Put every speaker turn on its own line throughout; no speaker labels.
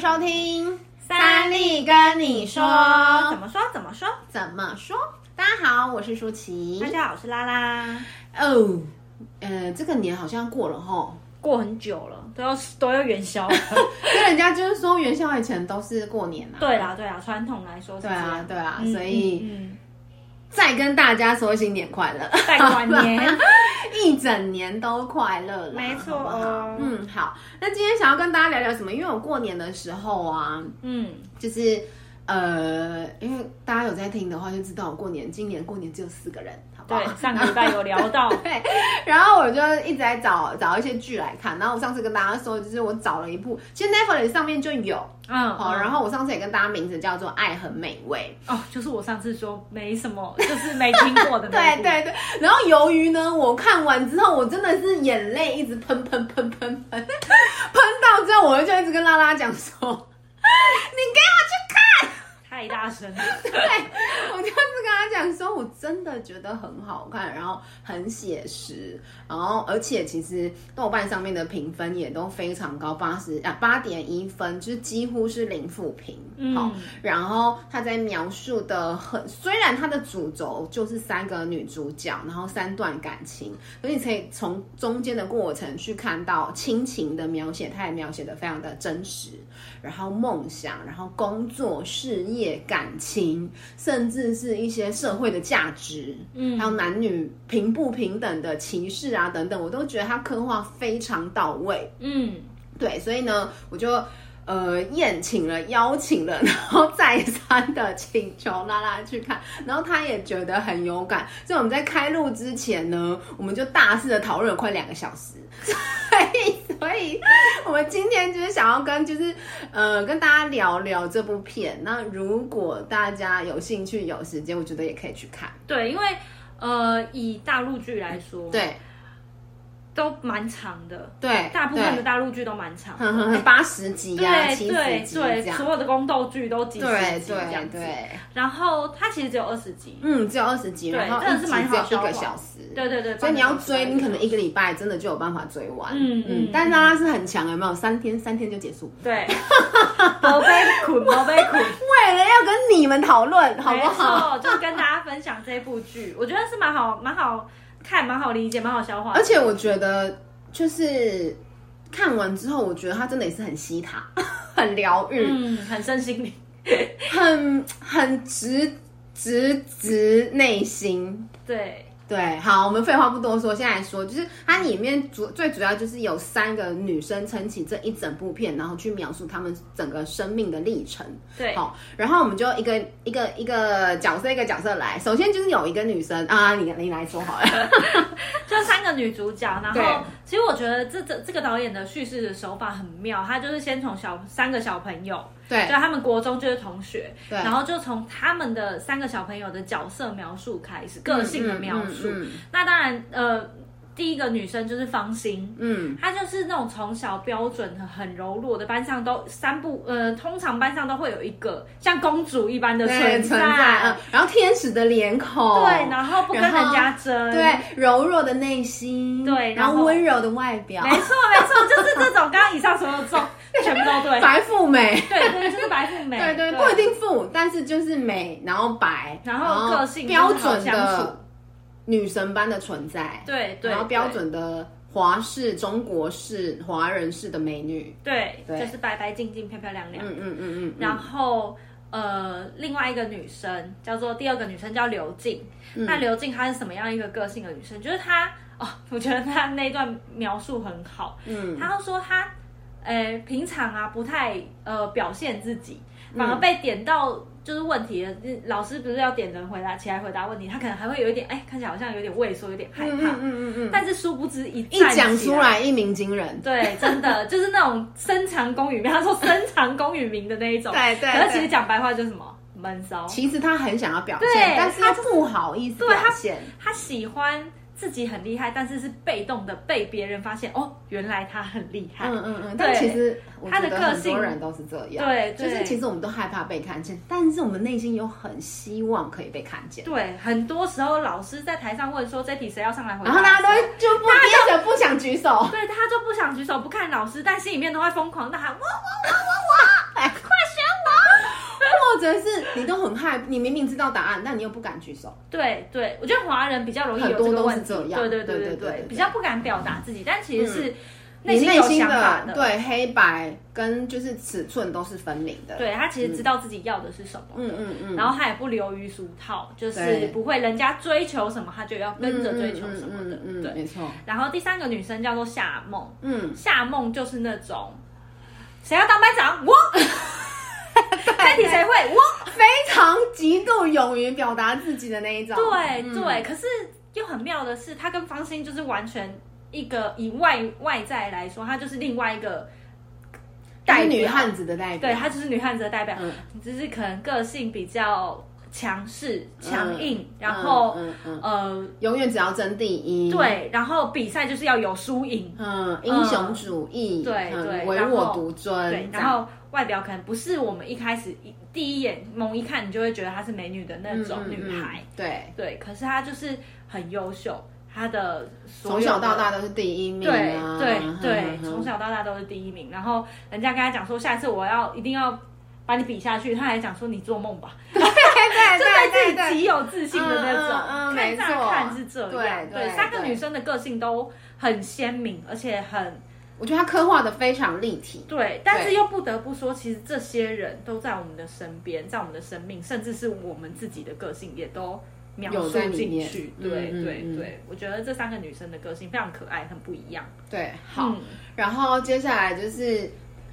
收听
三立
跟你
怎么说怎么说？
怎么说？大家好，我是舒淇
大。家好，我是拉拉。
哦，呃，这个年好像过了吼，
过很久了，都要都要元 宵。
跟人家就是说元宵以前都是过年啊。
对啦对啦，传统来说是
对啊，对
啊，
啊，
嗯
所以
嗯
再跟大家说新年快乐，
拜晚年
一整年都快乐啦
没错
好不好
哦
嗯，好，那今天想要跟大家聊聊什么？因为我过年的时候啊，
嗯
就是呃，因为大家有在听的话，就知道我过年今年过年只有四个人，好不好？
对，上个礼拜有聊 到
对，然后我就一直在找找一些剧来看，然后我上次跟大家说，就是我找了一部，其实 Netflix 上面就有
嗯
哦，然后我上次也跟大家名字叫做《爱很美味
哦，就是我上次说没什么， 就是没听过的》，那
对
一部，
对对，然后由于呢，我看完之后，我真的是眼泪一直喷喷喷喷喷喷到之后，我就一直跟拉拉讲说，
太大声 了。
我就是跟他讲说，我真的觉得很好看，然后很写实，然后而且其实豆瓣上面的评分也都非常高，八十啊八点一分，就是几乎是零负评。
嗯
好、然后他在描述的很，虽然他的主轴就是三个女主角，然后三段感情，所以你可以从中间的过程去看到亲情的描写，他也描写的非常的真实。然后梦想，然后工作、事业、感情，甚至是一些社会的价值，
嗯
还有男女平不平等的歧视啊等等，我都觉得他刻画非常到位。
嗯，
对，所以呢，我就呃宴请了、邀请了， 然后再三的请求拉拉去看，然后他也觉得很有感，所以我们在开录之前呢，我们就大肆的讨论了快两个小时， 所以所以我们今天就是想要跟就是呃跟大家聊聊这部片，那如果大家有兴趣、有时间，我觉得也可以去看，
对，因为呃，以大陆剧来说，
对
都蛮长的，
对，
大部分的
对。嗯
大陆剧都蛮长的。
哼哼哼，八十集啊，
对
七十
对
集这
对，
样，
所有的宫斗剧都几十
对
集这
对
样子。
对，
然后它其实只有二十集，
嗯，只有二十集，
对
然后
真
一
的
集
是
只
蛮好
有一个
消化
小时。
对对对，
所以你要
半个小时
追，
而已
你可能一个礼拜真的就有办法追完。
嗯
嗯
嗯，
但是拉拉是很强，有没有？三天，三天就结束。
对，宝贝苦，宝贝苦，
为了要跟你们讨论，好不好？
没错？就是跟大家分享这部剧，我觉得是蛮好，蛮好看，蛮好理解，蛮好消化的。
而且我觉得，就是看完之后，我觉得它真的也是很吸塔， 很疗愈，
嗯，很身心灵。
很很直直直内心。
对，
对，好，我们废话不多说，现在来说，就是它里面主最主要就是有三个女生撑起这一整部片，然后去描述她们整个生命的历程。
对
好，然后我们就一个一个一个角色一个角色来，首先就是有一个女生啊，你你来说好了，
就三个女主角，然
对
后其实我觉得这这这个导演的叙事的手法很妙，他就是先从小三个小朋友，
对
就他们国中就是同学，
对
然后就从他们的三个小朋友的角色描述开始，个性的描述。
嗯
那当然，呃，第一个女生就是方心，
嗯
她就是那种从小标准很很柔弱的，班上都三不，呃，通常班上都会有一个像公主一般的
嗯对，
存
存在，嗯，然后天使的脸孔，
对，然后不跟人家争，
对，柔弱的内心，
对
然
然后
后温柔的外表
没，错没错，就是这种，刚刚以上所有这 种全部都对，
白富美，
对对，就是白富美，
对对，不一定富，但是就是美，然后白，
然后个性
标
就是好
准
相处
的女神般的存在，
对对，
然后标
对
准的华式、中国式、华人式的美女，
对，
对
就是白白净净、漂漂亮亮。
嗯嗯嗯嗯嗯，
然后呃，另外一个女生叫做第二个女生叫刘静，
嗯
那刘静她是什么样一个个性的女生？就是她哦，我觉得她那段描述很好，嗯，她就说她呃平常啊不太呃表现自己，
嗯
反而被点到。就是问题了，老师不是要点人回答起来回答问题，她可能还会有一点，哎，看起来好像有点畏缩，有点害怕。
嗯嗯嗯嗯嗯，
但是殊不知一
一
站
讲
起
出来一鸣惊人，
对，真的就是那种深藏功与名，他说深藏功与名的那一种。
对对
可
对
是其实讲白话就是什么闷骚，
其实她很想要表现，
对
但是她不好意思
对
表
她
现，
他喜欢自己很厉害，但是是被动的被别人发现哦，原来他很厉害。
嗯嗯嗯，但
对
其实我
她
觉
的
得
个
很多
性
人都是这样，
对
就
对
是其实我们都害怕被看见，但是我们内心有很希望可以被看见。
对，很多时候老师在台上问说这题谁要上来回答，
然后大家都会就不憋着不想举手，
对他就不想举手不看老师，但心里面都会疯狂呐喊哇哇哇哇哇！
者是你都很害，你明明知道答案，但你又不敢举手。
对对，我觉得华人比较容易有
很多
这个
都是
问题，
这样
对
对
对
对
对
对对
比较不敢表达自己，但其实是内
你
心
内
有
心
想法
的对黑白跟就是尺寸都是分明的。
对他其实知道自己要的是什么，
嗯嗯嗯，
然后他也不流于俗套，就是
对
不会人家追求什么他就要跟着追求什么的，
嗯嗯嗯嗯嗯
对。
没错。
然后第三个女生叫做夏梦，
嗯，
夏梦就是那种谁要当班长我，这题谁会我，
非常极度勇于表达自己的那一种。
对
嗯
对。可是又很妙的是，她跟方心就是完全一个以外外在来说，她就是另外一个
代
代
女
表，
汉子的代表。
对，她就是女汉子的代表，
嗯
只是可能个性比较强势、强硬，然
嗯
后、
嗯嗯，
呃。
永远只要争第一。，
对，然后比赛就是要有输赢，
嗯，英雄主义，
对
嗯
对
唯
然
我
后
独尊。
对，
这
然
样
后外表可能不是我们一开始一第一眼猛一看你就会觉得她是美女的那种女
嗯
孩，
嗯嗯对，
对，可是她就是很优秀，她的所有
从
的
小到大都是第一名
对
啊。
对
哼
对，
哼哼
从小到大都是第一名。然后人家跟她讲说，下一次我要一定要把你比下去，她还讲说你做梦吧，
对对对
对自
对
己极有自信的那种。
嗯嗯嗯
看
没
乍
错
看是这样，
对对
三个
对
女生的个性都很鲜明，而且很
我觉得他刻画的非常立体。
对，但是又不得不说，其实这些人都在我们的身边，在我们的生命，甚至是我们自己的个性也都描
有
述
在里
进
面
去。
嗯
对
嗯
对
嗯
对，我觉得这三个女生的个性非常可爱，很不一样。
对，好，
嗯
然后接下来就是。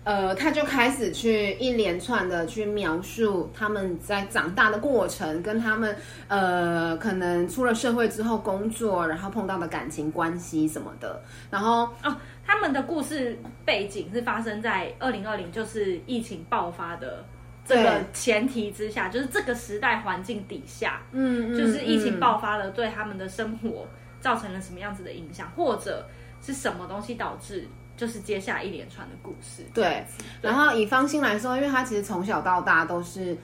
呃，他就开始去一连串的去描述他们在长大的过程，跟他们呃可能出了社会之后工作，然后碰到的感情关系什么的。然后
哦，他们的故事背景是发生在二零二零，就是疫情爆发的这个
对
前提之下，就是这个时代环境底下，
嗯，嗯
就是疫情
嗯
爆发了，对他们的生活造成了什么样子的影响，或者是什么东西导致，就是接下来一连串的故事。
对，然后以方心来说，因为他其实从小到大都是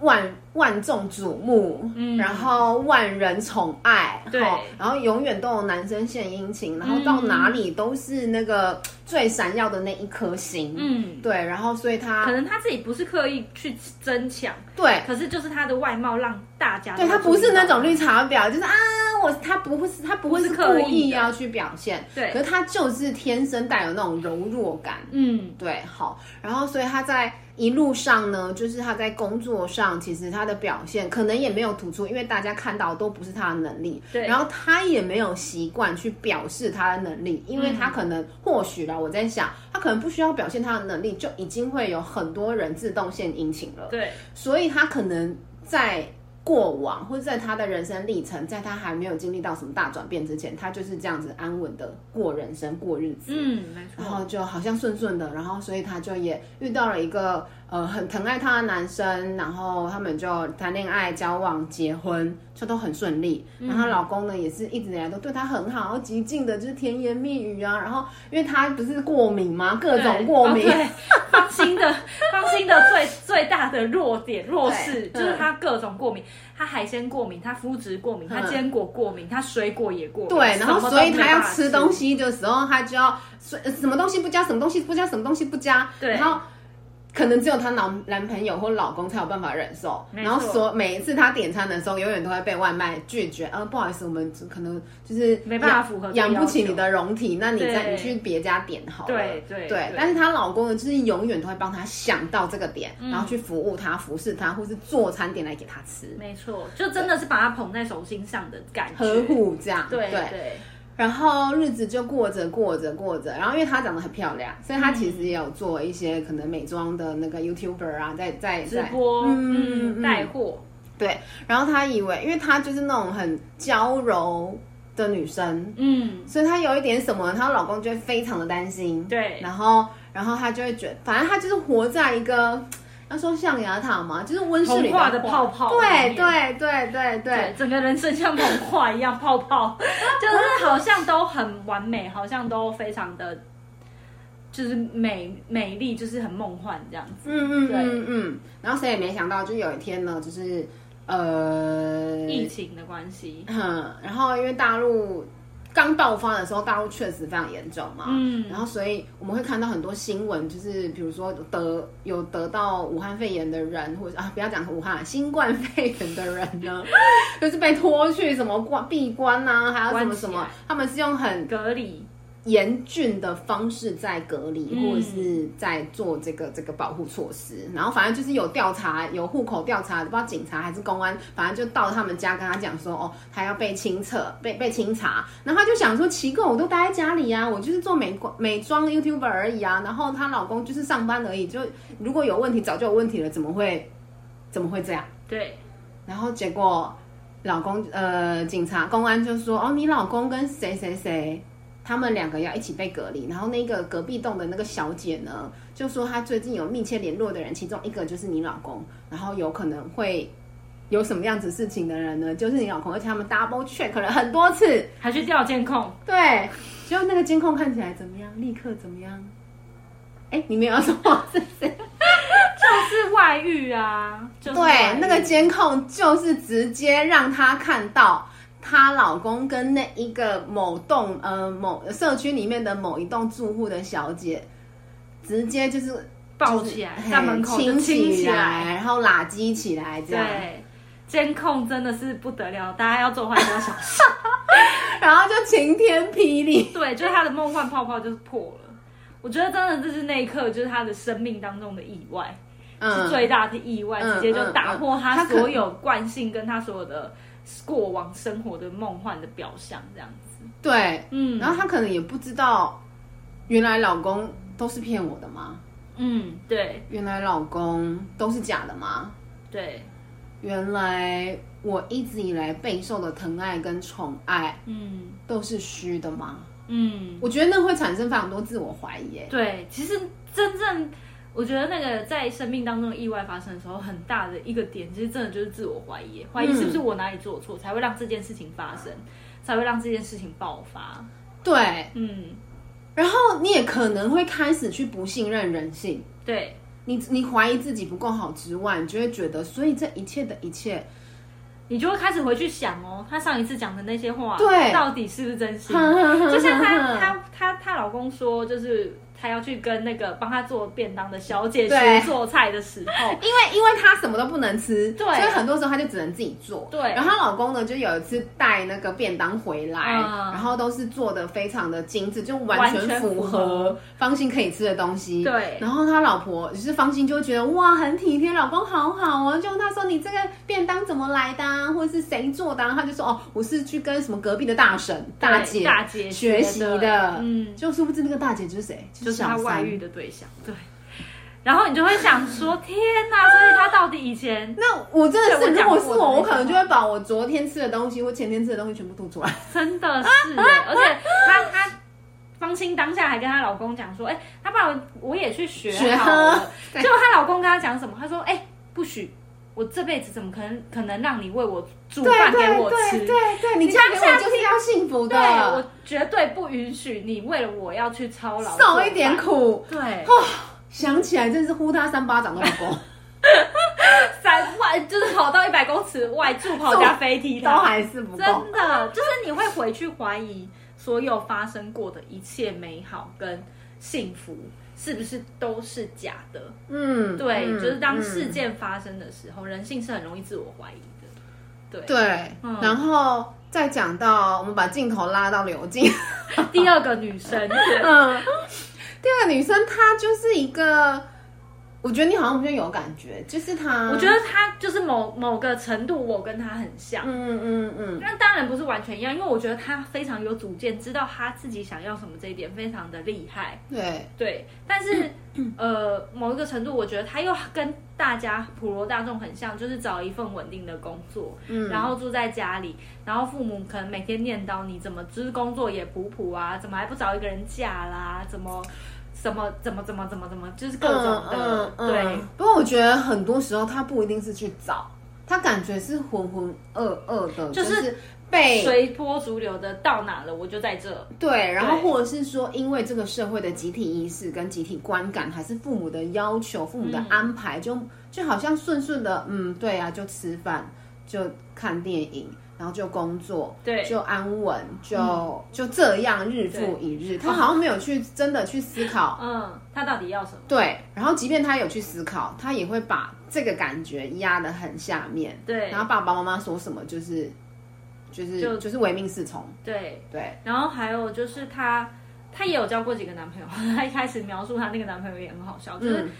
万万众瞩目，
嗯
然后万人宠爱，
对嗯
吼然后永远都有男生献殷勤，然后到哪里都是那个最闪耀的那一颗星，
嗯，
对，然后所以他
可能他自己不是刻意去争抢，
对。
可是就是他的外貌让大家
对
都
他
注
不
意
是那
到
种绿茶婊，就是啊，我他不会是，他不会
不
是
是刻
故
意
意
的
要去表现，
对
可是他就是天生带有那种柔弱感，
嗯
对，好，然后所以他在一路上呢，就是他在工作上，其实他的表现可能也没有突出，因为大家看到都不是他的能力，
对
然后他也没有习惯去表示他的能力，因为他可能、或许啦，我在想，他可能不需要表现他的能力，就已经会有很多人自动献殷勤了，
对
所以他可能在。过往或者在他的人生历程，在他还没有经历到什么大转变之前，他就是这样子安稳的过人生、过日子。
嗯没
然
错
后就好像顺顺的，然后所以她就也遇到了一个呃很疼爱她的男生，然后他们就谈恋爱、交往、结婚，就都很顺利。
嗯
然后她老公呢也是一直以来都对她很好，然后极尽的就是甜言蜜语啊。然后因为她不是过敏嘛，各种
对
过敏，
哦对方心 的方心的最最大的弱点弱势
对
就是
嗯
他各种过敏，他海鲜过敏，他麸质过敏，他
嗯
坚果过敏，他水果也过敏，
对，然后所以
他
他要吃东，西的时候，他就要说呃什么东西不加，什么东西不加，什么东西不加。
对
然后可能只有她男男朋友或老公才有办法忍受。
没
然后
错
所每一次她点餐的时候，永远都会被外卖拒绝。啊，不好意思，我们可能就是
没办法
养
符合这个
养不
要
起
求
你的容体，那你再
对
你去别家点好了。
对对
对，但是她老公呢，就是永远都会帮她想到这个点，然
嗯
后去服务她、服侍她，或是做餐点来给她吃，
没错，就真的是把他捧在手心上的感觉，
呵护这样。
对
对
对
然后日子就过着过着过着，然后因为她长得很漂亮，所以她其实也有做一些可能美妆的那个 YouTuber 啊，在在
直
在
播
嗯
嗯
嗯
带货，
对。然后她以为，因为她就是那种很娇柔的女生，
嗯
所以她有一点什么，她老公就会非常的担心。
对
然后然后她就会觉得，反正她就是活在一个嗯要说象牙塔嘛，就是温室里
童话
的
的泡泡
嗯对
里面
对对对
对
对，
整个人生像膨化一样泡 泡，就是好像都很完美，好像都非常的，就是美美丽，就是很梦幻这样子。
嗯嗯
对
嗯嗯。然后谁也没想到，就有一天呢，就是呃，
嗯疫情的关系，
嗯，然后因为大陆刚爆发的时候，大陆确实非常严重嘛，
嗯
然后所以我们会看到很多新闻，就是比如说得有得到武汉肺炎的人，或者啊不要讲武汉，新冠肺炎的人呢， 就是被拖去什么关闭关呐、还有什么什
关
么
起来，
他们是用很
隔离，
严峻的方式在隔离，
嗯
或者是在做这个这个保护措施。然后反正就是有调查，有户口调查，不知道警察还是公安，反正就到他们家跟他讲说，哦，他要被清测，被被清查。然后他就想说，奇怪，我都待在家里啊，我就是做美光美妆 YouTuber 而已啊。然后她老公就是上班而已，就如果有问题早就有问题了，怎么会怎么会这样？
对，
然后结果老公呃，警察公安就说：“哦，你老公跟谁谁谁，他们两个要一起被隔离。”然后那个隔壁栋的那个小姐呢，就说她最近有密切联络的人，其中一个就是你老公，然后有可能会。有什么样子事情的人呢？就是你老公，而且他们 double check 了很多次，
还去调监控，
对，结果那个监控看起来怎么样？立刻怎么样？哎，你没有要说话是不是？
就是外遇啊，就是外
对，
遇
那个监控就是直接让她看到她老公跟那一个某栋呃某社区里面的某一栋住户的小姐，直接就是
抱起来
就是
在门口
嘿
就
亲
亲起
来，
来，
然后拉鸡起来这样，
对，监控真的是不得了，大家要做坏多小 心。
然后就晴天霹雳。
对，就是他的梦幻泡泡就是破了。我觉得真的就是那一刻，就是他的生命当中的意外，是最大的意外，
嗯
直接就打破
嗯嗯
他
他可
所有惯性跟他所有的过往生活的梦幻的表象，这样子。
对，
嗯
然后她可能也不知道，原来老公都是骗我的吗？
嗯，对
原来老公都是假的吗？
对，
原来我一直以来备受的疼爱跟宠爱
嗯
都是虚的吗？
嗯，
我觉得那会产生非常多自我怀疑耶。
对。其实真正我觉得那个在生命当中的意外发生的时候，很大的一个点，其实真的就是自我怀疑，怀疑是不
嗯
是我哪里做错，才会让这件事情发生，才会让这件事情爆发。
对，
嗯，
然后你也可能会开始去不信任人性，
对。
你你怀疑自己不够好之外，你就会觉得，所以这一切的一切
你就会开始回去想哦，她上一次讲的那些话，
对
到底是不是真心？ 就
就
像她她她她老公说，就是她要去跟那个帮她做便当的小姐
对
学做菜的时 候，
因为因为她什么都不能吃，
对
所以很多时候她就只能自己做。
对
然后她老公呢，就有一次带那个便当回来，
嗯
然后都是做的非常的精致，就完
完
全
全
符
符
合
合
方心可以吃的东西。
对
然后她老婆就是方心就会觉得哇，很体贴，老公好好哦。就问她说你这个便当怎么来的、啊，或者是谁做的、啊？她就说哦，我是去跟什么隔壁的大婶大
对
姐
大姐
学习的。
嗯，
就殊不知那个大姐就是谁，就
就是是她
小
外
三
遇。的对象，对。然后你就会想说， 天哪！所以她到底以前
那我真的
对
是，
我
如
讲
果
过
是我，
的
我可能
那
就
句
会把我昨天吃的东西或前天吃的东西全部吐 出来。
真的是欸、而且她她方心当下还跟她老公讲说，哎、她爸我我也去学
学
好了
喝对
结果她老公跟她讲什么？她说，哎、不许，我这辈子怎么可能可能让你为我煮
对
饭给
对
我吃？
对对对，你
你
嫁给
当
我
下
就是要幸福
对我
的，
绝对不允许你为了我要去操劳，
受一点。苦。
对，
想起来真是呼他三巴掌都不 够，
三万就是跑到一百公尺外助跑加飞踢
都
他，
还是不够。
真的，就是你会回去怀疑所有发生过的一切美好跟幸福是不是都是假的？
嗯，
对，
嗯
就是当
嗯
事件发生的时候，人性是很容易自我怀疑 的。对，
对，
嗯
然后再讲到我们把镜头拉到刘 静，
第二个女生，
嗯，第二个女生她就是一个，我觉得你好像比较有感觉，就是她，
我觉得她就是某某个程度，我跟她很像。
嗯嗯嗯嗯，
那当然不是完全一样，因为我觉得她非常有主见，知道她自己想要什么这一点非常的厉害。
对，
对，但是 呃，某一个程度，我觉得他又跟大家普罗大众很像，就是找一份稳定的工作，
嗯
然后住在家里，然后父母可能每天念叨你怎么就是工作也普普啊，怎么还不找一个人嫁啦，怎么。怎么怎么怎么怎么怎么，就是各种的，对，
嗯不过我觉得很多时候他不一定是去找，他感觉是浑浑噩噩的，就
就是
是被
随波逐流的到哪了我就在这，
对，然后或者是说，因为这个社会的集体意识跟集体观感，还是父母的要求、父母的安嗯排，就就好像顺顺的，嗯，对啊，就吃饭，就看电影。然后就工作，
对嗯
就安稳，就、就这样日复一日。他好像没有去真的去思考，
嗯，他到底要什么？
对。然后即便他有去思考，他也会把这个感觉压得很下面，
对
然后爸爸妈妈说什么就是就是就
就是
唯命是从，
对，
对，
然后还有就是她，她也有交过几个男朋友。 她一开始描述她那个男朋友也很好笑，就是
嗯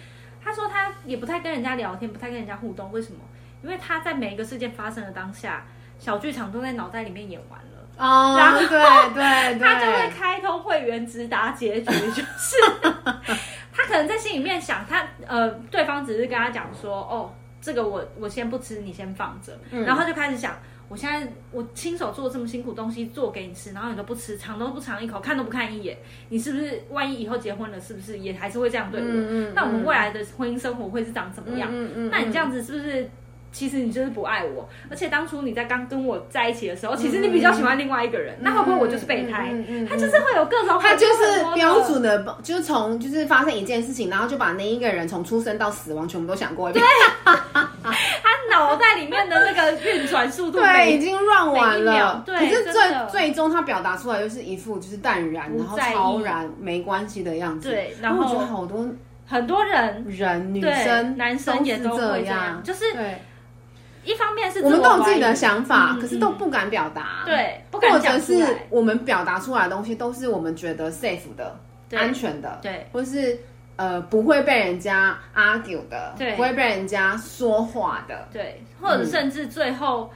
她说她也不太跟人家聊天，不太跟人家互动，为什么？因为她在每一个事件发生的当下，小剧场都在脑袋里面演完了。
哦，
然后
对对
她就会
对，
开通会员直达结 局，就是她可能在心里面想，她呃，对方只是跟她讲说，哦，这个我我先不吃，你先放着，
嗯
然后她就开始想。我现在我亲手做这么辛苦东西做给你吃，然后你都不吃，尝都不尝一口，看都不看一眼，你是不是万一以后结婚了，是不是也还是会这样对我？
嗯
那我们未来的婚姻生活会是长怎么样？
嗯嗯
那你这样子是不是？其实你就是不爱我，而且当初你在刚跟我在一起的时候，其实你比较喜欢另外一个人，那会不会我就是备胎？
嗯嗯嗯嗯嗯
他就是会有各种，
他就是标
很多的。
准的，就是从就是发生一件事情，然后就把那一个人从出生到死亡全部都想过一遍，
他脑袋里面的那个运转速度，
对，已经乱
每
完
一秒
了。
对
可是
真
最
的
最终他表达出来就是一副就是淡然，
不
然后
在意
超然没关系的样子。
对然后
我觉得好多
很多人
人女
对
生
男生也
是
都
这
会这样，就是
对，
一方面是
我们
自
都
我
有自己的
怀疑
想法，
嗯
可是
嗯
都不敢表达。。
对，不
或
敢
者
讲出
是
来，
我们表达出来的东西都是我们觉得 safe 的、
对
安全的，
对，
或是呃不会被人家 argue 的，
对
不会被人家说话的，
对，或
嗯
者甚至最后。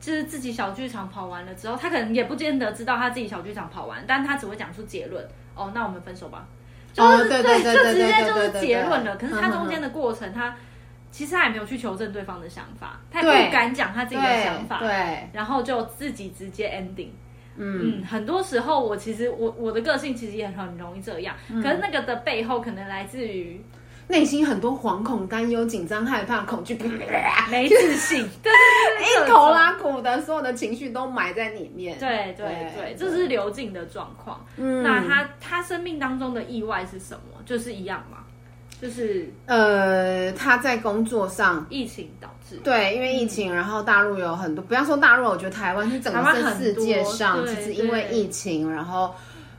就是自己小剧场跑完了之后，他可能也不见得知道他自己小剧场跑完，但他只会讲出结论。哦，那我们分手吧。
哦，对对对
就
对
直接
对
就
对
是
对，嗯
结论了。可是他中间
的
的过程，他其实他也没有去求证对方的想法，他
对
也不敢讲他自己的想法，
对，
然后就自己直接 ending。
嗯，
嗯，很多时候我其实我我的个性其实也很容易这样，
嗯
可是那个的背后可能来自于
内心很多惶恐、担忧、紧张、害怕、恐惧，
没自 信，对对对，
一头拉苦的所有的情绪都埋在里面，
对对对，这是刘静的状况。
嗯
那他他生命当中的意外是什么？就是一样嘛，就是
呃，他在工作上。
疫情导致。
对，因为疫情，然后大陆有很多，不要说大陆，我觉得台湾是整
台
个
湾
这
很
世界上，
多
其
对
实因为疫情，然后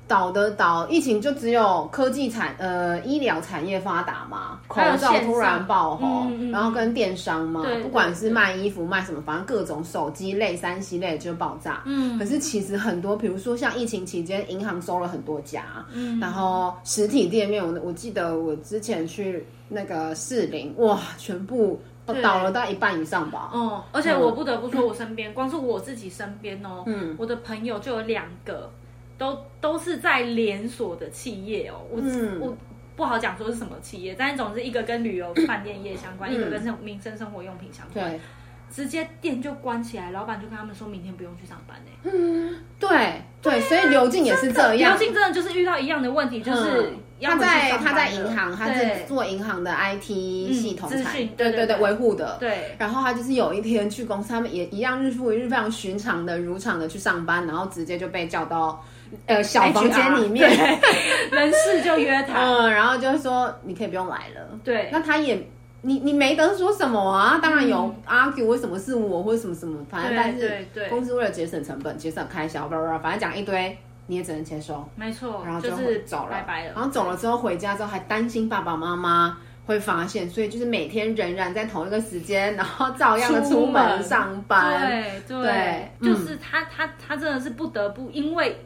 导的导，疫情就只有科技产呃医疗产业发达嘛，口
还有
罩
线
突然
上
爆红，
嗯嗯嗯
然后跟电商嘛
对，
不管是
对
卖衣服卖什么，反正各种手机类、三 C 类就爆炸。
嗯
可是其实很多，比如说像疫情期间，银行收了很多家，
嗯
然后实体店面，我我记得我之前去那个士林，哇，全部倒了到一半以上吧。
哦，而且我不得不说，我身边光是我自己身边哦，嗯，我的朋友就有两个，都都是在连锁的企业哦，我、
嗯
我不好讲说是什么企业，但是总之一个跟旅游饭店业相关，一个跟生民生生活用品相关，
对
直接店就关起来，老板就跟他们说明天不用去上班哎、
对对，所以刘静也是这样
刘。静真的就是遇到一样的问题，就是
嗯
要
他
回去
在
上
他
班
在
了
银行，他是
对嗯
做银行的 IT 系统
资
产
讯
对
对
对
对
对，维护的。
对
然后他就是有一天去公司，他们也一样日复一日非常寻常的、如常的去上班，然后直接就被叫到呃小房间里面，
对人事就约谈，
嗯，然后就说你可以不用来了。
对
那他也，你你没得说什么啊？当然有 argue 为什么是我或者什么什么，反正
嗯对
但是
对对
公司为了节省成本、节省开销，叭叭叭，反正讲一堆，你也只能接受，
没错，
然后
哦就
会
是
走了，
拜拜了，
然后走了之后回家之后还担心爸爸妈妈。会发现，所以就是每天仍然在同一个时间，然后照样的出
出门
门上班。
对
对嗯
对，就是他他他真的是不得不因为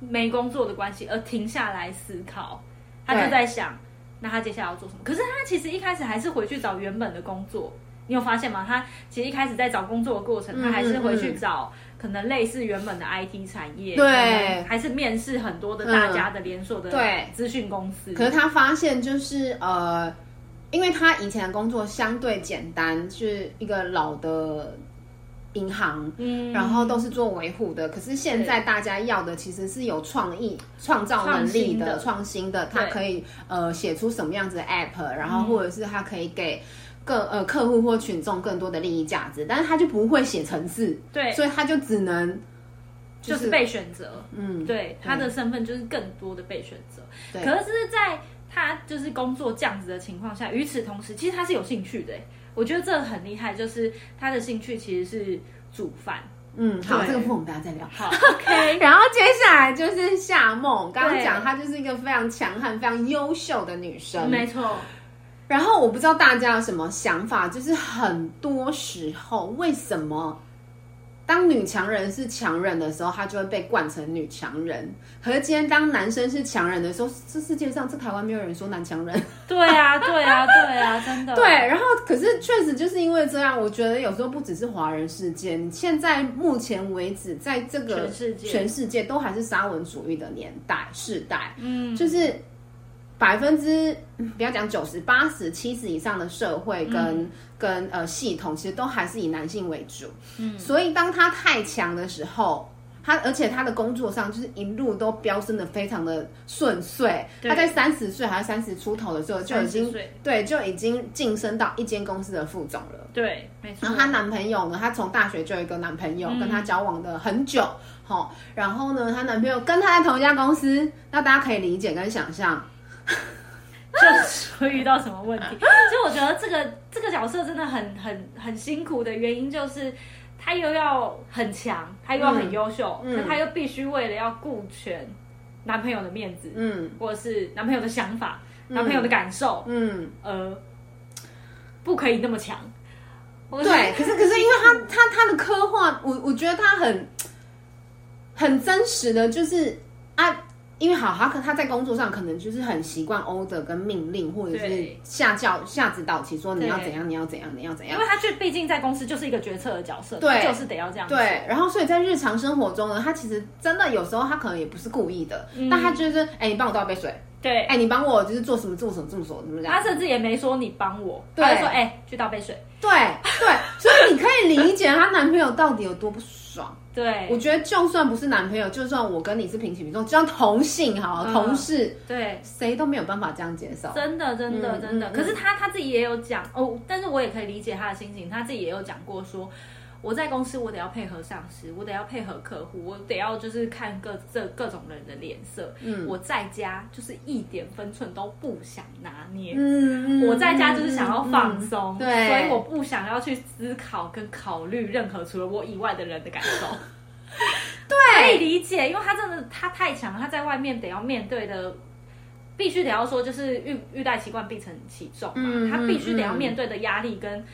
没工作的关系而停下来思考，他
对
就在想，那他接下来要做什么？可是他其实一开始还是回去找原本的工作。你有发现吗？他其实一开始在找工作的过程，他还是回去找可能类似原本的 IT 产业，
嗯对嗯
可能还是面试很多的大家的连锁的
对
资讯公司。
可是他发现，就是呃，因为他以前的工作相对简单，是一个老的银行，
嗯
然后都是做维护的。可是现在大家要的其实是有创意、创造能力的、
创新的
创新的，他
对
可以呃写出什么样子的 app，然后或者是他可以给。更呃客户或群众更多的利益价值，但是他就不会写程式，
对
所以他就只能
就是是被选择，
嗯
对，他的身份就是更多的被选择。
对
可是，在他就是工作这样子的情况下，与此同时，其实他是有兴趣的欸。我觉得这很厉害，就是他的兴趣其实是煮饭，
嗯，好，
对
这个部分我们大家再聊。
好，OK，
然后接下来就是夏梦，刚刚
对
讲她就是一个非常强悍、非常优秀的女生。
没错，
然后我不知道大家有什么想法，就是很多时候为什么当女强人是强人的时候，她就会被惯成女强人；可是今天当男生是强人的时候，这世界上这台湾没有人说男强人。
对啊，对啊，对啊，真的，
对，，然后可是确实就是因为这样，我觉得有时候不只是华人世界，现在目前为止，在这个
全世界
全世界都还是沙文主义的年代世代，
嗯，
就是百分之嗯不要讲九十八十七十以上的社会跟、跟呃系统，其实都还是以男性为主。
嗯，
所以当他太强的时候。他而且他的工作上就是一路都飙升的非常的顺遂，
对
他在三十岁还是三十出头的时候就已经
30岁
对就已经晋升到一间公司的副总了。
对，没错
然后，她男朋友呢，她从大学就有一个男朋友，
嗯
跟她交往的很久，好、然后呢，她男朋友跟她在同一家公司，那大家可以理解跟想象，
就是会遇到什么问题。所以我觉得这个这个角色真的很很很辛苦的原因就是。他又要很强，他又要很优秀，
嗯嗯
可他又必须为了要顾全男朋友的面子，
嗯
或者是男朋友的想法、男朋友的感受，
嗯，
呃，不可以那么强。我觉 得
对。可是 可是因为她她她的刻画，我我觉得她很很真实的，就是啊。因为好，她可她在工作上可能就是很习惯 order 跟命令，或者是
对
下教下指导期，说你要
对
怎样，你要怎样，你要怎样
因。为他去，毕竟在公司就是一个决策的角色，
对
他就是得要这样做。
对，然后所以在日常生活中呢，他其实真的有时候他可能也不是故意的，但他就是哎、你帮我倒杯水，
嗯对，
哎、你帮我就是做什么做什么做什么怎么
他
样？
甚至也没说你帮我，
对
他就说哎、去倒杯水。
对对，所以你可以理解她男朋友到底有多不爽。我
对
觉得就算不是男朋友，就算我跟你是平起平坐，就像同性好了、
嗯
同事，
对，
谁都没有办法这样接受。
真的真的
嗯
真的。
嗯
可是他他自己也有讲哦，但是我也可以理解他的心情，他自己也有讲过说。我在公司，我得要配合上司，我得要配合客户，我得要就是看各这各种人的脸色。
嗯
我在家就是一点分寸都不想拿捏，
嗯
我在家就是想要放松，
嗯嗯对
所以我不想要去思考跟考虑任何除了我以外的人的感受。可以
对，
理解，因为他真的他太强了，他在外面得要面对的，必须得要说就是欲欲戴其冠必承其重嘛，
嗯
他必须得要面对的压力跟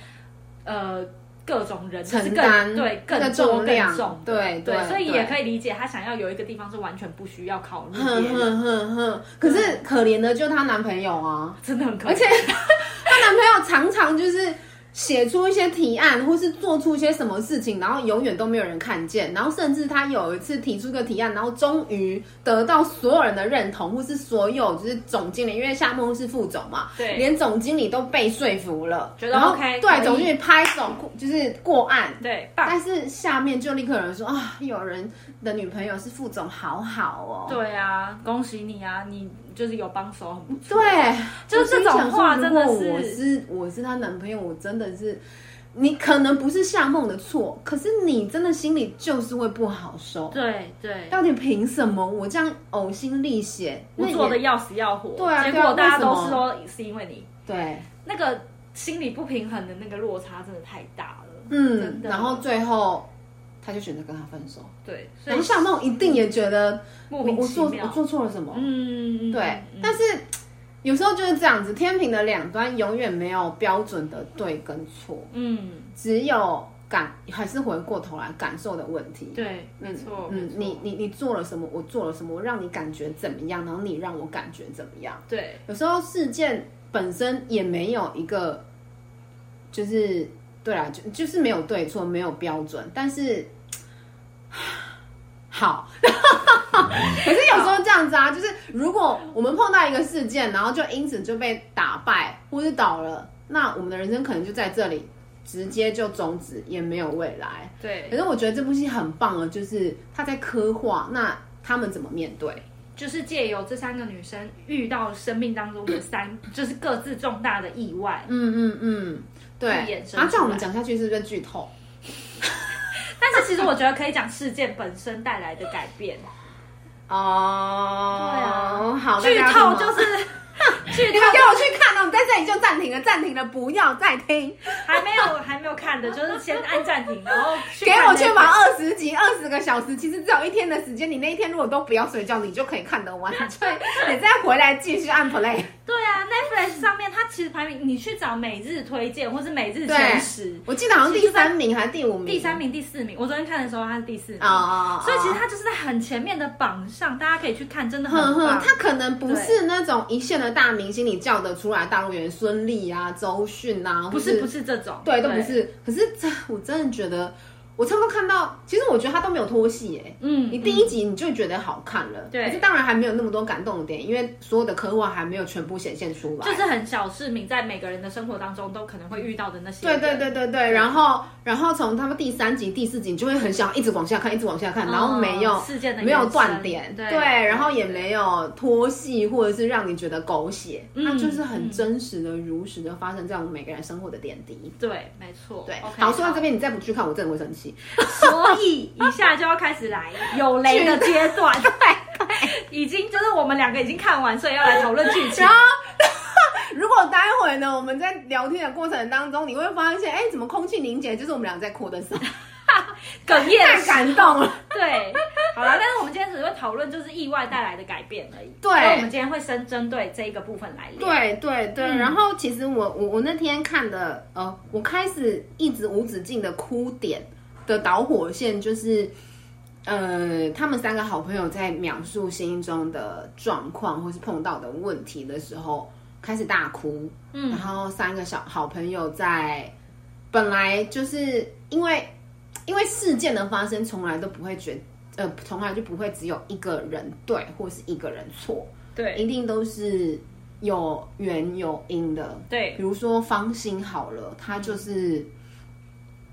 呃各种人就是
承
更
担
对
那
更
个
多
重
更
量
重，的
对
对，所以也可
以。
以理解他想要有一个地方是完全不需要考虑
哼
别人，
哼哼
嗯
哼，可是可怜的就她男朋友啊，
真的很可
而
怜
且她男朋友常常就是写出一些提案，或是做出一些什么事情，然后永远都没有人看见。然后甚至她有一次提出个提案，然后终于得到所有人的认同，或是所有就是总经理，因为夏梦是副总嘛，
对
连总经理都被说服了，
觉得
然后
OK，可
对，
以
总经理拍手就是过案。
对，爸，
但是下面就立刻有人说啊，有人的女朋友是副总，好好哦。
对啊，恭喜你啊，你就是有帮手，很不错
对，
就是这种话真的
我心想说如果我
是
是我是她男朋友，我真的是，你可能不是夏梦的错，可是你真的心里就是会不好受。
对对。
到底凭什么我这样呕心沥血？
我
那
做
也
的要死要活，
对啊
结
对啊
果大家都
为什么
是说是因为你，
对，
那个心理不平衡的那个落差真的太大了。
嗯
真，的
然后最后他就选择跟他分手。
对，所
然
以嗯
后夏梦一定也觉得
莫
我
名
我
其
做
妙。
我做错了什么？
嗯，
对，
嗯
但是有时候就是这样子，天平的两端永远没有标准的对跟错，
嗯，
只有感还是回过头来感受的问题。
对，没
嗯
错，没
嗯
错，
你你你做了什么？我做了什么？我让你感觉怎么样？然后你让我感觉怎么样？
对
有时候事件本身也没有一个，就是对啦，就就是没有对错，没有标准，但是 好。 可是有时候这样子啊，就是如果我们碰到一个事件，然后就因此就被打败或是倒了，那我们的人生可能就在这里直接就终止，也没有未来。
对，
可是我觉得这部戏很棒的，就是他在刻画那他们怎么面对。
就是借由这三个女生遇到生命当中的 三，就是各自重大的意外，
嗯嗯嗯，对。
去衍生
然后这样我们
出来
讲下去是不是剧透？
但是其实我觉得可以讲事件本身带来的改变。
哦，
对啊啊
好，
剧
大家
透
听
就
吗
是去
你们给我去看哦！你在这里就暂停了，暂停了，不要再 听，
还没有还没有看的，就是先按暂停，然后去
给
看
我
那
去
个
玩二十集，二十个小时，其实只有一天的时间。你那一天如果都不要睡觉，你就可以看得完，所 以你再回来继续按 play。
对啊，Netflix 上面它其实排名，你去找每日推荐或是每日前十，
我记得好像第三名还是第五名，
第三名、第四名，我昨天看的时候它是第四名，
哦，
所以其实它就是在很前面的榜上，大家可以去看，真的很
哼哼，
棒。
他可能不是那种一线的大明星，你叫得出来大陆演员孙俪啊、周迅啊，
不
或
是不是这种，
对，都不，是。可是这我真的觉得，我差不多看到，其实我觉得他都没有拖戏哎、
嗯，
你第一集你就觉得好看了，
对
可是当然还没有那么多感动的点，因为所有的刻画还没有全部显现出来。
就是很小市民在每个人的生活当中都可能会遇到的那些
对
人，
对对对对，然后然后从他们第三集、第四集，你就会很想一直往下看，一直往下看，
嗯，
然后没有
事件的
没有
延伸
断点，
对，
然后也没有拖戏或者是让你觉得狗血，
嗯
它就是很真实的、如实的发生在我们每个人生活的点滴。
对，没错，
对
OK，
好，说到这边，你再不去看，我真的会生气。
所以一下就要开始来有雷的阶 段，已经就是我们两个已经看完，所以要来讨论剧情
然。后，如果待会呢，我们在聊天的过程当中，你会发现，哎，怎么空气凝结？就是我们俩在哭的时候，
哽咽的
太
时候
感动了。
对，好啦，但是我们今天只会讨论就是意外带来的改变而已。
对
所以我们今天会深针对这一个部分来聊。，
对对对，
嗯
然后其实我我我那天看的，呃，我开始一直无止境的哭点的导火线就是，呃，他们三个好朋友在描述心中的状况或是碰到的问题的时候，开始大哭，然
嗯，
后三个小好朋友在本来就是因为因为事件的发生，从来都不会觉呃，从来就不会只有一个人对或是一个人错。
对
一定都是有缘有因的。
对，
比如说方心好了，他就是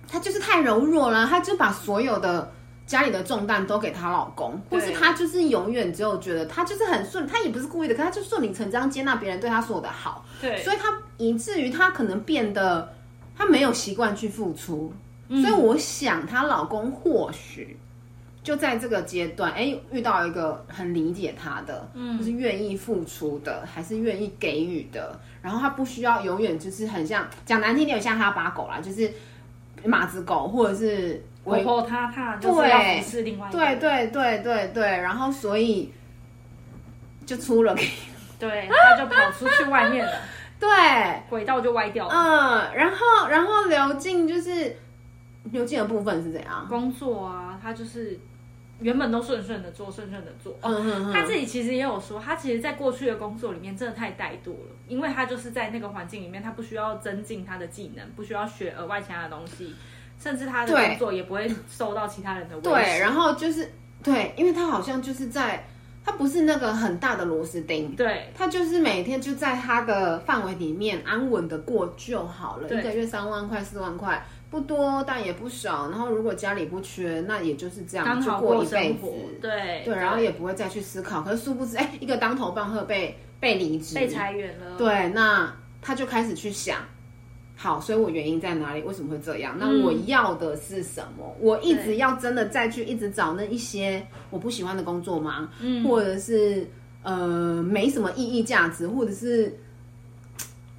他就是太柔弱了，他就把所有的家里的重担都给她老公，或
对
是她就是永远只有觉得她就是很顺，她也不是故意的，可她就顺理成章接纳别人对她所有的好，
对，
所以她以至于她可能变得她没有习惯去付出，
嗯
所以我想她老公或许。就在这个阶段，哎、遇到一个很理解她的，
嗯
就是愿意付出的，还是愿意给予的，然后她不需要永远就是很像讲难听点，像哈巴狗啦，就是马子狗或者是
婆婆她她就是要服侍另外一个
对
人。
对对对对，然后所以就出了
对，她就跑出去外面了，
对，
轨道就歪掉了。
嗯，然后然后刘静就是刘静的部分是怎样？
工作啊，她就是原本都顺顺的做，顺顺的做。
嗯哼
他
哼，
自己其实也有说，他其实在过去的工作里面真的太怠惰了，因为他就是在那个环境里面，他不需要增进他的技能，不需要学额外其他的东西，甚至他的
对
工作也不会受到其他人的威
对，
胁。
然后就是对，因为他好像就是在他不是那个很大的螺丝钉，
对
他就是每天就在他的范围里面安稳的过就好了，
对
一个月三万块四万块不多，但也不少。然后如果家里不缺，那也就是这样
刚
就
好
过一辈
生
子
活。，对
对，然后也不会再去思考。可是殊不知，哎，一个当头棒喝被被离职，
被裁员了。
对，那他就开始去想，好，所以我原因在哪里？为什么会这样？那
嗯
我要的是什么？我一直
对
要真的再去一直找那一些我不喜欢的工作吗？
嗯
或者是呃没什么意义价值，或者是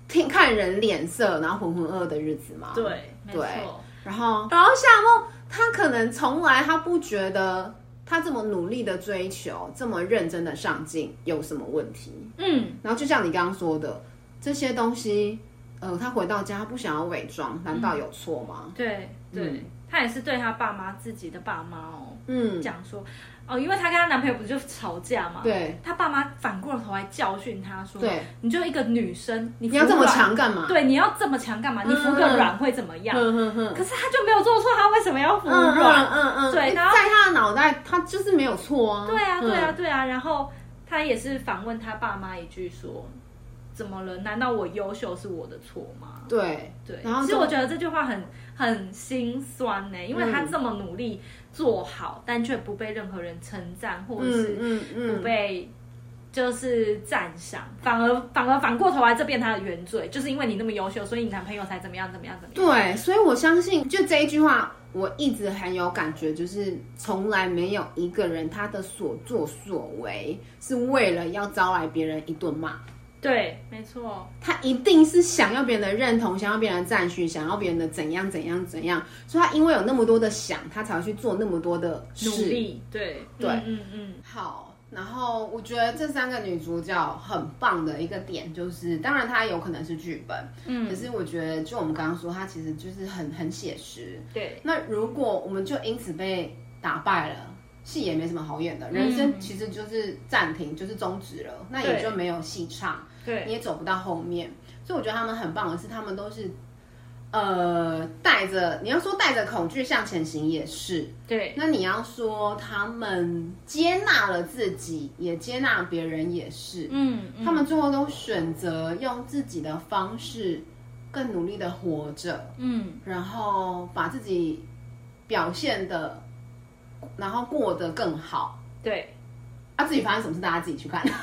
听看人脸色，然后浑浑噩噩的日子吗？
对，没错。
然后，然后夏梦她可能从来她不觉得她这么努力的追求，这么认真的上进有什么问题。
嗯，
然后就像你刚刚说的，这些东西，呃，他回到家，他不想要伪装，难道有错吗？
对对，
嗯
他也是对他爸妈自己的爸妈哦，
嗯，
讲说哦，因为她跟她男朋友不就吵架嘛，
对
她爸妈反过头来教训她说，
对，
你就一个女生，你
你要这么
服软
强嗯干嘛？
对，你要这么强干嘛？你服个软会怎么样？
哼哼哼，
可是他就没有做错，他为什么要服
嗯
软？
嗯嗯嗯，
对然后
在他的脑袋，他就是没有错啊。
对啊，对啊，
嗯，
对啊。然后他也是反问他爸妈一句说：“怎么了？难道我优秀是我的错吗
对？”
对，
然后
其实
就
我觉得这句话很很心酸呢、欸因为
嗯
他这么努力做好，但却不被任何人称赞，或者
嗯
是
嗯嗯，
不被就是赞赏，反而反而反过头来，这变他的原罪，就是因为你那么优秀，所以你男朋友才怎么样怎么样怎么样。
对，所以我相信，就这一句话，我一直很有感觉，就是从来没有一个人他的所作所为是为了要招来别人一顿骂。
对，没错，
他一定是想要别人的认同，想要别人的赞许，想要别人的怎样怎样怎样，所以他因为有那么多的想，他才会去做那么多的
努
事。
力，对
对
嗯嗯
好，然后我觉得这三个女主角很棒的一个点就是，当然她有可能是剧本，
嗯
可是我觉得就我们刚刚说，她其实就是很很写实。
嗯，对，
那如果我们就因此被打败了。戏也没什么好演的，人生其实就是暂停，就是终止了，那也
嗯对
就没有戏唱，
对，
你也走不到后面。所以我觉得他们很棒的是，他们都是，呃，带着你要说带着恐惧向前行也是，
对，
那你要说他们接纳了自己，也接纳别人，也是、
嗯，嗯
他们最后都选择用自己的方式，更努力的活着，
嗯，
然后把自己表现的，然后过得更好。
对，
啊，至于发生什么事，大家自己去看。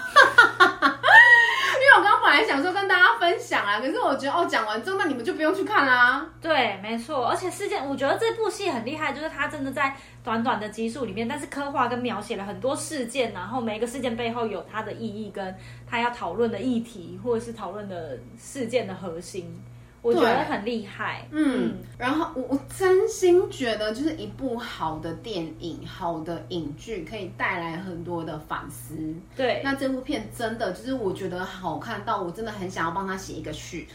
因为我刚刚本来想说跟大家分享啊，可是我觉得哦，讲完之后那你们就不用去看啦、
对，没错，而且事件，我觉得这部戏很厉害，就是它真的在短短的集数里面，但是刻画跟描写了很多事件，然后每一个事件背后有它的意义，跟它要讨论的议题，或者是讨论的事件的核心，我觉得
对
很厉害。
嗯，然后我我真心觉得，就是一部好的电影、好的影剧，可以带来很多的反思。
对，
那这部片真的就是我觉得好看到，我真的很想要帮他写一个序。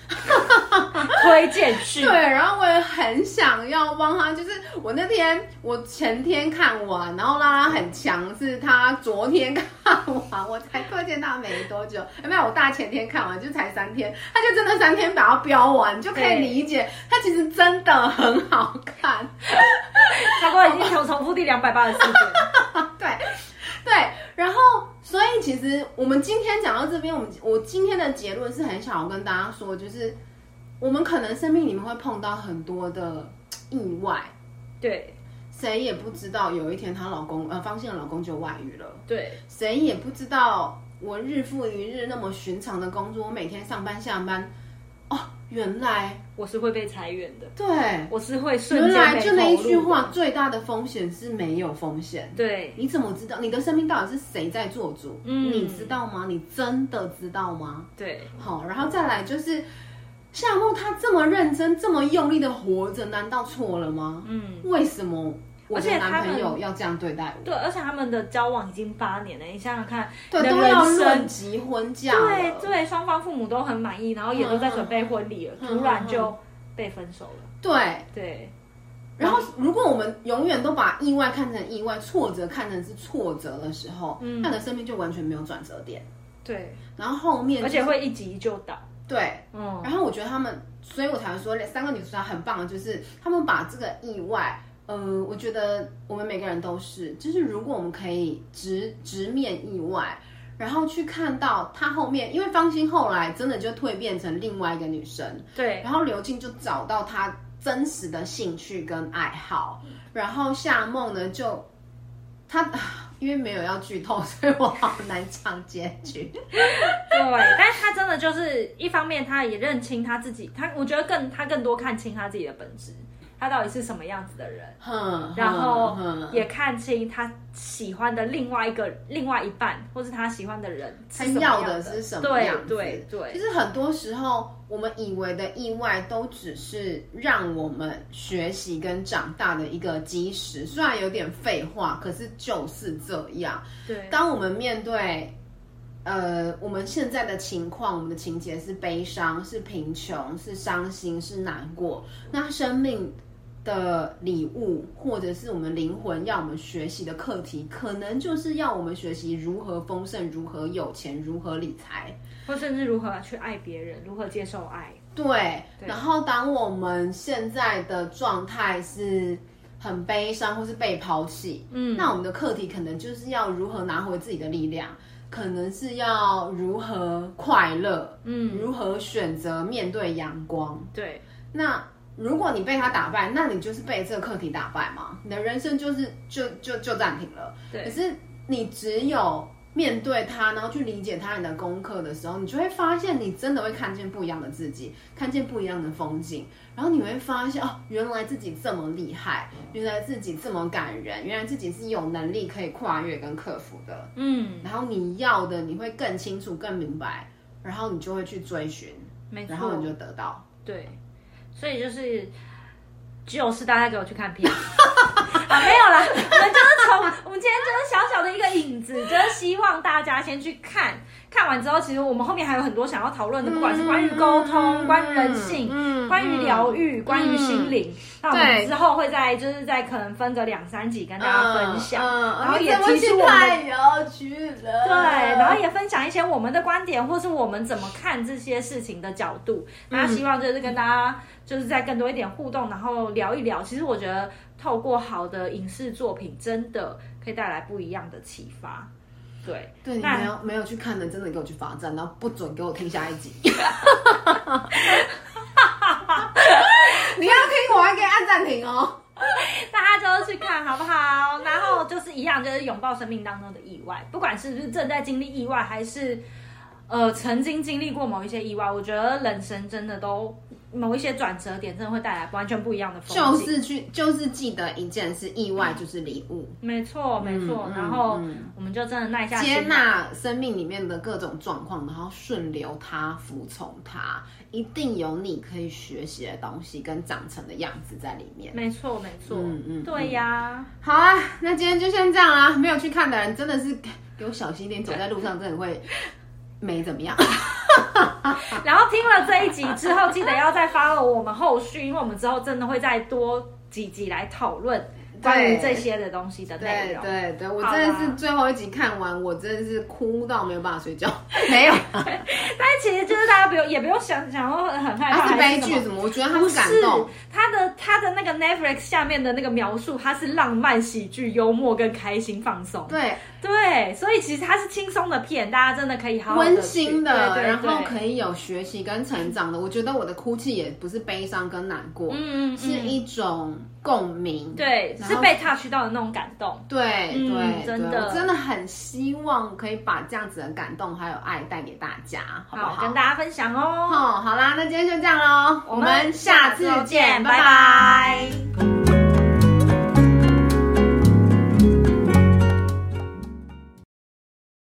推荐剧，
对，然后我也很想要帮他，就是我那天我前天看完，然后拉拉很强，是他昨天看完，我才推荐他没多久， 有没有？我大前天看完，就才三天，他就真的三天把它标完，你就可以
对
理解他其实真的很好看。
差不多已经重重复第两百八十四遍。
对对，然后所以其实我们今天讲到这边，我们我今天的结论是很想要跟大家说，就是我们可能生命里面会碰到很多的嘖意外，
对
谁也不知道有一天她老公呃方欣的老公就外遇了，
对
谁也不知道我日复一日那么寻常的工作，我每天上班下班，哦，原来
我是会被裁员的，
对，
我是会瞬
原
间
来
被
就那一
投入
句
的
话，，最大的风险是没有风险。
对
你怎么知道你的生命到底是谁在做主？
嗯
你知道吗？你真的知道吗？
对
好，然后再来就是夏木他这么认真、这么用力的活着，难道错了吗？
嗯。
为什么我
而
的
且他
男朋友
们
要这样对待我？
对，而且他们的交往已经八年了，你想想看，
对，
你的
都要
人
论
生
及婚嫁了
对对，双方父母都很满意，然后也都在准备婚礼了，
嗯
突然就被分手了。
对
对
然后，如果我们永远都把意外看成意外，挫折看成是挫折的时候，
嗯
那你的生命就完全没有转折点。
对，
然后后面、
而且会一急就倒。
对，
嗯，
然后我觉得他们，所以我才会说三个女主角很棒的，就是他们把这个意外，呃，我觉得我们每个人都是，就是如果我们可以直直面意外，然后去看到她后面，因为方心后来真的就蜕变成另外一个女生，
对
然后刘静就找到她真实的兴趣跟爱好，然后夏梦呢就她。因为没有要剧透，所以我好难讲结局。
对，但是他真的就是一方面，他也认清他自己，他我觉得更他更多看清他自己的本质，他到底是什么样子
嗯
的人，
哼，
然后
哼哼
也看清他喜欢的另外一个另外一半，或是他喜欢的人是
他
什么
要
样
的
的
是什么样子？
对
其
对
实很多时候我们以为的意外，都只是让我们学习跟长大的一个基石。虽然有点废话，可是就是这样。
对对，
当我们面对。呃，我们现在的情况，我们的情节是悲伤，是贫穷，是伤心，是难过。那生命的礼物，或者是我们灵魂要我们学习的课题，可能就是要我们学习如何丰盛，如何有钱，如何理财。
或甚至如何去爱别人，如何接受爱。
对，
对
然后当我们现在的状态是很悲伤或是被抛弃，
嗯
那我们的课题可能就是要如何拿回自己的力量，可能是要如何快乐，
嗯，
如何选择面对阳光。
对。
那如果你被他打败，那你就是被这个课题打败嘛，你的人生就是就就就暂停了。
对
可是你只有面对他，然后去理解他你的功课的时候，你就会发现你真的会看见不一样的自己，看见不一样的风景，然后你会发现哦，原来自己这么厉害，原来自己这么感人，原来自己是有能力可以跨越跟克服的。
嗯，
然后你要的，你会更清楚、更明白。然后你就会去追寻，
没错
然后你就得到。
对，所以就是就是大家给我去看 片。啊，没有啦，我们就是从我们今天就是小小的一个引子，就是希望大家先去看，看完之后，其实我们后面还有很多想要讨论的，不管是关于沟通、
嗯
关于人性、
嗯
关于疗愈、关于心灵，那我
对
们之后会在就是在可能分个两三集跟大家分享，
嗯嗯
然后也
你怎么
提出
去
我们
太有趣了。
对，然后也分享一些我们的观点，或是我们怎么看这些事情的角度。嗯那希望就是跟大家就是在更多一点互动，然后聊一聊。其实我觉得透过好的影视作品，真的可以带来不一样的启发。对，
对你
那
没有没有去看的，真的给我去罚站，然后不准给我听下一 集。你要听，我还可以按暂停哦。
大家就去看好不好？然后就是一样，就是拥抱生命当中的意外，不管是不是正在经历意外，还是呃曾经经历过某一些意外，我觉得人生真的都某一些转折点，真的会带来完全不一样的风景。
就是去，就是记得一件事，意外就是礼物，
没错，没错。
嗯
然后
嗯
我们就真的耐下心
接
来，
纳生命里面的各种状况，然后顺流它，服从它，一定有你可以学习的东西跟长成的样子在里面。
没错，没错。
嗯
嗯
嗯
嗯，对呀。
好啊，那今天就先这样啦。没有去看的人真的是 给我小心一点，走在路上真的会没怎么 样。
然后听了这一集之后，记得要再 follow 我们后续，因为我们之后真的会再多几集来讨论关于这些的东西的内
对
容。
对对，我
好
真的
啦
是最后一集看完，我真的是哭到没有办法睡 觉，没有，
啊 但其实就是大家不用，也不用想想要很害怕，
它是
还
悲
什么
剧，怎么？我觉得它
不
很
是
感动，
他的他的那个 Netflix 下面的那个描述，它是浪漫、喜剧、幽默跟开心放松。
对，
对，所以其实它是轻松的片，大家真的可以好好地
温馨的，
去对对
然后
对
可以有学习跟成长的。我觉得我的哭泣也不是悲伤跟难过，
嗯嗯嗯
是一种共鸣，
对，
然
是
后
被 touch 到的那种感动。
对对、
嗯
对，
真的
我真的很希望可以把这样子的感动还有爱带给大家，好不好？
跟大家分享哦。
哦，好啦，那今天就这样喽，我们下次见，拜拜
拜